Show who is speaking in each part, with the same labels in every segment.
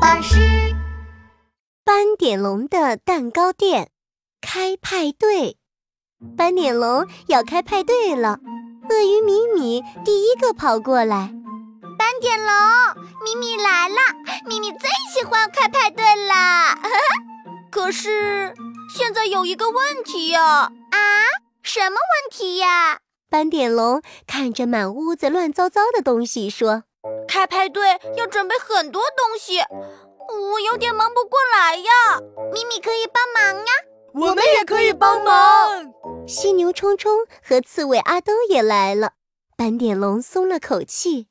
Speaker 1: 大师，
Speaker 2: 斑点龙的蛋糕店开派对，斑点龙要开派对了。鳄鱼米米第一个跑过来，
Speaker 1: 斑点龙，米米来了，米米最喜欢开派对啦。 可是现在有一个问题呀、啊，什么问题呀、
Speaker 2: 斑点龙看着满屋子乱糟糟的东西说
Speaker 1: 开派对要准备很多东西，我有点忙不过来呀。米米可以帮忙呀。
Speaker 3: 我们也可以帮
Speaker 1: 忙。：“
Speaker 2: 犀牛冲冲和刺猬阿兜也来了。”斑点龙松了口气。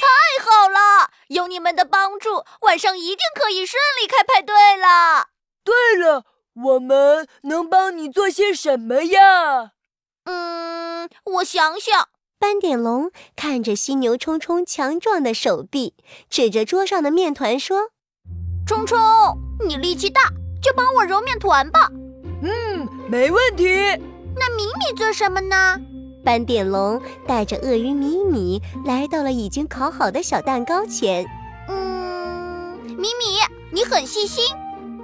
Speaker 1: 太好了，有你们的帮助，晚上一定可以顺利开派对了。
Speaker 3: 对了，我们能帮你做些什么呀？
Speaker 1: 嗯，我想想，
Speaker 2: 斑点龙看着犀牛冲冲强壮的手臂，指着桌上的面团说
Speaker 1: 冲冲，你力气大，就帮我揉面团吧。
Speaker 3: 嗯，没问题。
Speaker 1: 那米米做什么呢？：“
Speaker 2: 斑点龙带着鳄鱼米米来到了已经烤好的小蛋糕前。
Speaker 1: 嗯，米米，你很细心，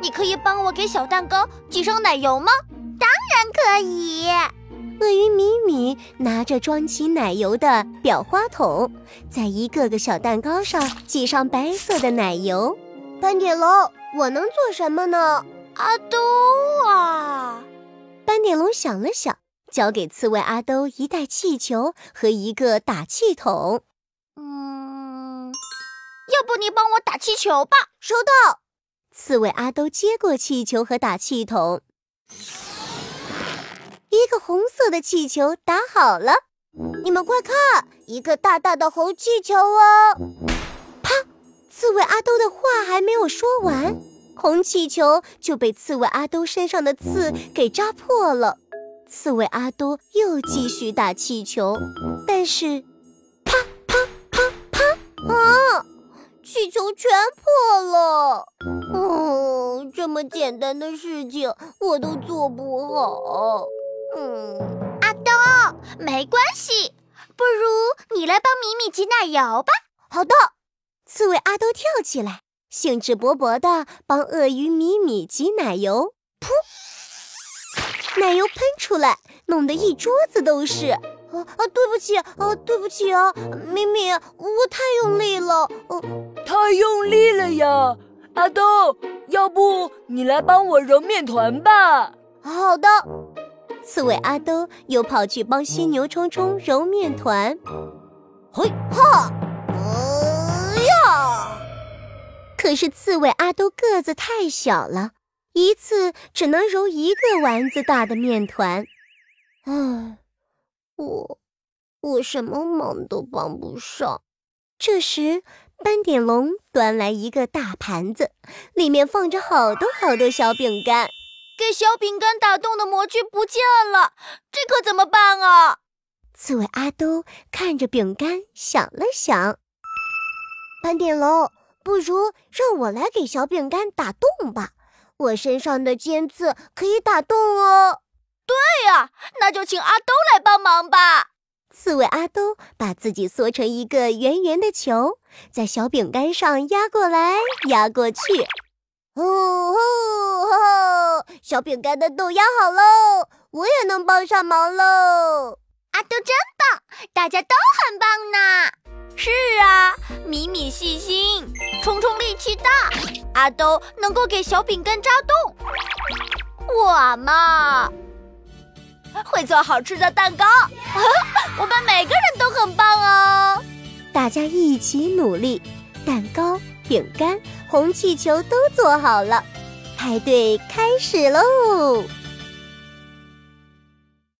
Speaker 1: 你可以帮我给小蛋糕挤上奶油吗？当然可以。啊
Speaker 2: 鳄鱼米米拿着装起奶油的裱花筒，在一个个小蛋糕上挤上白色的奶油。斑点龙，我能做什么呢？
Speaker 1: 阿都啊，
Speaker 2: 斑点龙想了想，交给刺猬阿兜一袋气球和一个打气筒。
Speaker 1: 嗯，要不你帮我打气球吧？收到。
Speaker 2: 刺猬阿兜接过气球和打气筒，一个红色的气球打好了。你们快看，一个大大的红气球哦！啪！刺猬阿兜的话还没有说完，红气球就被刺猬阿兜身上的刺给扎破了。刺猬阿兜又继续打气球，但是嗯气球全破了。哦，这么简单的事情我都做不好。嗯，
Speaker 1: 阿东，没关系，不如你来帮米米挤奶油吧。
Speaker 2: 好的。刺猬阿兜跳起来，兴致勃勃地帮鳄鱼米米挤奶油。噗！奶油喷出来，弄得一桌子都是。啊啊，对不起，啊，对不起啊，米米，我太用力了。哦、
Speaker 3: 太用力了呀，阿豆，要不你来帮我揉面团吧？
Speaker 2: 好的。刺猬阿兜又跑去帮犀牛冲冲揉面团。嘿哈！哎呀！可是刺猬阿兜个子太小了，一次只能揉一个丸子大的面团。唉，我我什么忙都帮不上。这时，斑点龙端来一个大盘子，里面放着好多好多小饼干。
Speaker 1: 给小饼干打洞的模具不见了，这可怎么办啊？
Speaker 2: 刺猬阿兜看着饼干，想了想，斑点龙，不如让我来给小饼干打洞吧，我身上的尖刺可以打洞哦。
Speaker 1: 对呀、那就请阿东来帮忙吧。
Speaker 2: 刺猬阿兜把自己缩成一个圆圆的球，在小饼干上压过来压过去。哦吼吼！小饼干的洞压好喽，我也能帮上忙喽。
Speaker 1: 阿豆真棒，大家都很棒呢。是啊，米米细心，虫虫力气大，阿豆哦能够给小饼干扎洞。我嘛，会做好吃的蛋糕， 我们每个人都很棒哦。
Speaker 2: 大家一起努力，蛋糕、饼干、红气球都做好了，派对开始喽！